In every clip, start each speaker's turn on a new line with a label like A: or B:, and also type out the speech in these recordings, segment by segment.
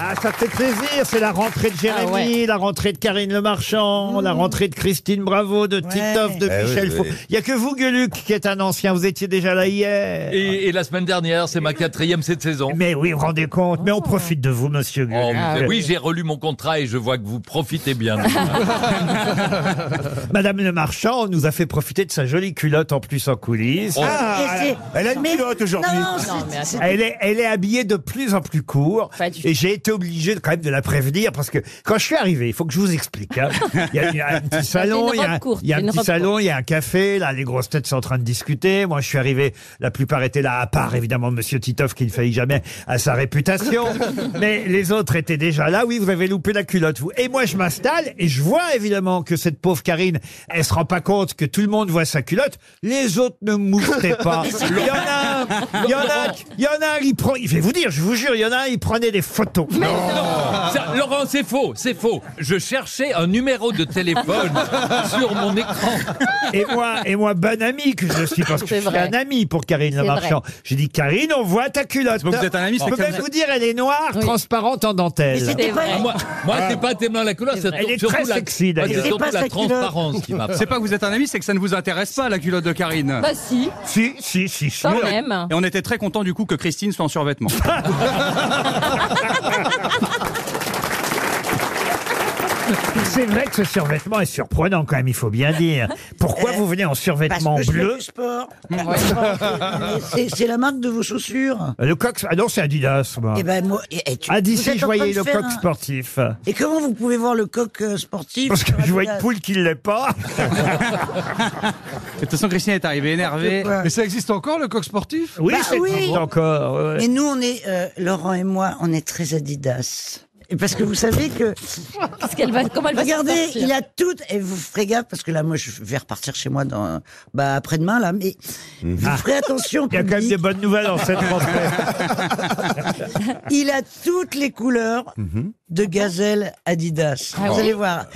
A: Ah, ça fait plaisir, c'est la rentrée de Jérémy,
B: Ah ouais. Mmh.
A: la rentrée de Karine Le Marchand, la rentrée de Christine Bravo, de Titoff, de
C: Eh oui,
A: Michel
C: oui,
A: Faux.
C: oui.
A: Il n'y a que vous, Gueluc, qui êtes un ancien, vous étiez déjà là hier.
D: Et, et la semaine dernière, c'est ma quatrième cette saison.
A: Mais oui, vous vous rendez compte, mais on profite de vous, monsieur
D: Oh,
A: Gueluc.
D: vous-
B: Ah,
D: oui, j'ai relu mon contrat et je vois que vous profitez bien.
A: Madame Le Marchand nous a fait profiter de sa jolie culotte en plus en coulisses.
D: Oh.
A: Ah,
C: Elle a une culotte aujourd'hui.
B: Non, mais attends.
A: Elle est, elle est habillée de plus en plus court.
B: Pas du tout.
A: Et j'ai été obligé de- quand même de la prévenir parce que quand je suis arrivé, il faut que je vous explique. hein. Il y a, il y a un petit salon,
B: Bah, une
A: il y a,
B: robe
A: un-
B: courte,
A: il y a un
B: une
A: petit
B: robe
A: salon, il y a un café. Là, les grosses têtes sont en train de discuter. Moi, je suis arrivé. La plupart étaient là, à part évidemment Monsieur Titoff qui ne faillit jamais à sa réputation. Mais les autres étaient déjà là. Oui, vous avez loupé la culotte, vous. Et moi, je m'installe et je vois évidemment que cette pauvre Karine, elle se rend pas compte que tout le monde voit sa culotte. Les autres ne moustaient pas. Il y en a un, il y en a un, il y en a un, il prend, il vais vous dire, je vous jure, il y en a un, il prenait des photos.
D: Ça, Laurent, c'est faux, c'est faux. Je cherchais un numéro de téléphone sur mon écran.
A: Et moi, et moi, bon ami que je suis, parce que je
B: C'est
A: suis
B: vrai.
A: un ami pour Karine Le
B: C'est
A: Marchand. J'ai dit, Karine, on voit ta culotte.
E: pas que vous êtes un ami,
A: Je
E: c'est
A: peux
E: que
A: même vous dire, elle est noire, transparente en dentelle.
B: C'est vrai.
D: Moi, moi c'est pas tellement la couleur, c'est
A: Ah. Elle est
D: surtout
A: très
D: la,
A: sexy, d'ailleurs.
D: c'est
A: C'est
D: surtout
C: pas
D: la
C: sa culotte.
D: transparence qui m'a.
E: C'est pas que vous êtes un ami, c'est que ça ne vous intéresse pas, la culotte de Karine.
B: Bah si,
A: Si, si, si, si.
B: quand même.
E: Et on était très content du coup que Christine soit en survêtement.
A: C'est vrai que ce survêtement est surprenant quand même, il faut bien dire. Pourquoi vous venez en survêtement
F: Euh, je fais
A: bleu
F: du sport. C'est- C'est la marque de vos chaussures.
A: Le coq, ah non, c'est Adidas, moi.
F: Et ben moi, et, et tu-
A: Ah,
F: vous êtes
A: d'ici,
F: en
A: je
F: train
A: voyais
F: de
A: le
F: faire
A: coq
F: un-
A: sportif.
F: Et comment vous pouvez voir le coq euh, sportif
A: Parce que
F: sur
A: je vois une
F: Adidas
A: poule qui ne l'est pas.
E: De toute façon, Christine est arrivée énervée.
G: Mais ça existe encore le coq sportif
A: Oui,
F: Bah
A: c'est
F: oui.
A: toujours encore. ouais, ouais.
F: Et nous, on est euh, Laurent et moi, on est très Adidas. Et parce que vous savez que
B: Parce qu'elle va, comment elle va se
F: regardez,
A: hein.
B: sortir
F: il a tout. Et vous ferez gaffe parce que là, moi, je vais repartir chez moi dans bah après-demain là. Mais vous ferez attention.
A: Mhm. Ah. Il y a quand même
F: public.
A: des bonnes nouvelles dans cette rentrée.
F: Il a toutes les couleurs
A: Mhm.
F: de gazelle Adidas.
B: Ah
F: vous
B: oui.
F: allez voir.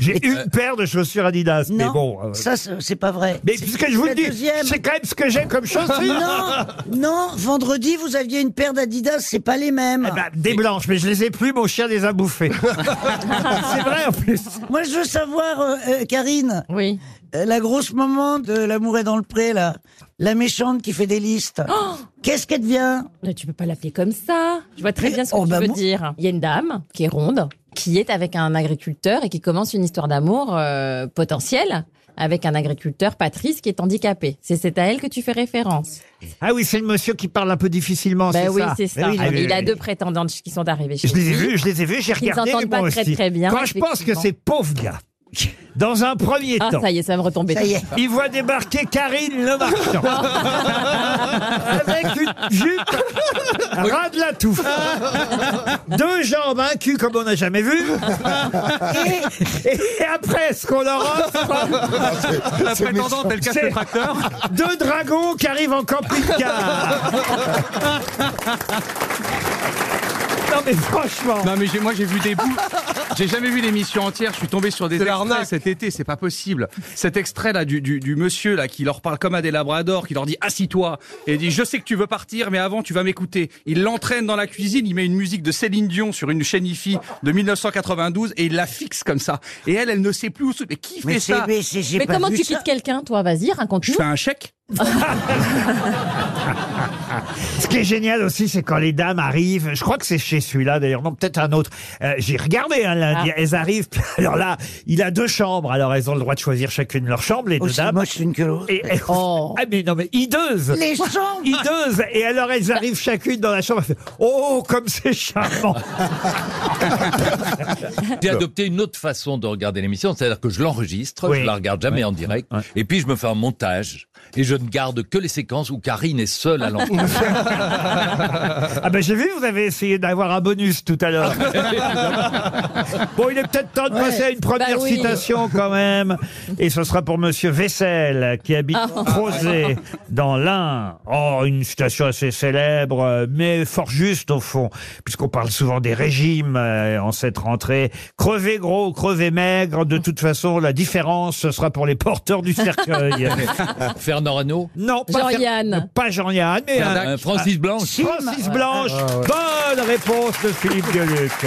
A: J'ai une paire de chaussures Adidas, mais
F: euh, Non,
A: bon. euh,
F: ça c'est c'est pas vrai.
A: Mais puisque je vous le
F: la
A: dis,
F: deuxième.
A: c'est quand même ce que j'ai
B: Ah
A: comme chaussures.
F: Non, non, vendredi, vous aviez une paire d'Adidas, c'est pas les mêmes.
A: Eh ben, des blanches, mais je les ai plus, mon chien les a bouffées. c'est vrai en plus.
F: Moi, je veux savoir, euh, euh, Karine,
B: Oui.
F: euh, la grosse maman de L'amour est dans le pré, là, la méchante qui fait des listes,
B: Oh
F: qu'est-ce qu'elle devient
B: Mais tu peux pas l'appeler comme ça. Je vois très
F: Mais-
B: bien ce que
F: oh,
B: tu
F: bah,
B: veux
F: moi-
B: dire. Il y a une dame qui est ronde, qui est avec un agriculteur et qui commence une histoire d'amour euh, potentielle avec un agriculteur, Patrice, qui est handicapé. C'est c'est à elle que tu fais référence.
A: Ah oui, c'est le monsieur qui parle un peu difficilement,
F: Oh,
B: Ben
A: c'est
B: oui,
A: ça.
B: c'est ça.
A: Mais oui,
B: Et
A: oui,
B: il a
A: oui.
B: deux prétendantes qui sont arrivées chez
A: Je les ai
B: lui.
A: vus, je les ai vus, j'ai
B: Ils
A: regardé
B: s'entendent
A: moi
B: pas
A: aussi.
B: très, très bien,
A: Quand je pense que
B: effectivement.
A: ces pauvres gars, dans un premier
B: Ah,
A: temps,
B: ça y est, ça va me retomber.
F: Ça y est.
A: ils voient débarquer Karine Le Marchand avec une jupe à ras de la touffe, deux jambes, un cul comme on n'a jamais vu, et, et après ce qu'on leur offre,
E: La prétendante, elle casse
A: C'est-
E: le tracteur.
A: deux dragons qui arrivent en camping-car. Non mais franchement,
E: Non mais j'ai- moi j'ai vu des bouts. J'ai jamais vu l'émission entière. Je suis tombé sur des
G: C'est
E: extraits
G: l'arnaque.
E: cet été. C'est pas possible. Cet extrait là du, du, du monsieur là qui leur parle comme à des labradors, qui leur dit assis-toi et il dit je sais que tu veux partir, mais avant tu vas m'écouter. Il l'entraîne dans la cuisine. Il met une musique de Céline Dion sur une chaîne IFI de 1992 et il la fixe comme ça. Et elle, elle ne sait plus où se. Mais qui fait
F: Mais c'est,
E: ça
F: mais c'est- j'ai
B: Mais
F: pas
B: comment
F: vu
B: tu
F: ça.
B: quittes quelqu'un, toi Vas-y,
E: Je
B: raconte-nous.
E: fais un chèque.
A: ce qui est génial aussi, c'est quand les dames arrivent. Je crois que c'est chez celui-là d'ailleurs, non peut-être un autre. Euh, J'ai regardé hein, lundi. Elles arrivent. Alors là, il a deux chambres. Alors elles ont le droit de choisir chacune leur chambre, les deux
F: Aussi
A: dames.
F: moche une que l'autre.
A: Et, et-
B: Oh.
A: Ah mais non mais hideuse.
F: Les chambres
A: Hideuse. Et alors elles arrivent chacune dans la chambre. elles font, Oh comme c'est charmant.
D: J'ai adopté une autre façon de regarder l'émission, c'est-à-dire que je l'enregistre,
A: Oui.
D: je la regarde jamais en direct, et puis je me fais un montage, et je ne garde que les séquences où Karine est seule à l'antenne.
A: Ah ben j'ai vu, vous avez essayé d'avoir un bonus tout à l'heure. bon, il est peut-être temps de passer à une première
B: Bah oui.
A: citation quand même. Et ce sera pour Monsieur Vessel, qui habite
B: Ah.
A: Crozet, dans l'Ain. Oh, une citation assez célèbre, euh, mais fort juste au fond, puisqu'on parle souvent des régimes euh, en cette rentrée. Crever gros, crever maigre, de toute façon, la différence, ce sera pour les porteurs du cercueil.
D: Faire Bernard Arnault
A: Non, pas
B: Jean-Yann.
A: Pas Jean-Yann, mais un-
D: Euh, Francis Blanche
A: Francis Blanche. Bonne réponse de Philippe Gueluc.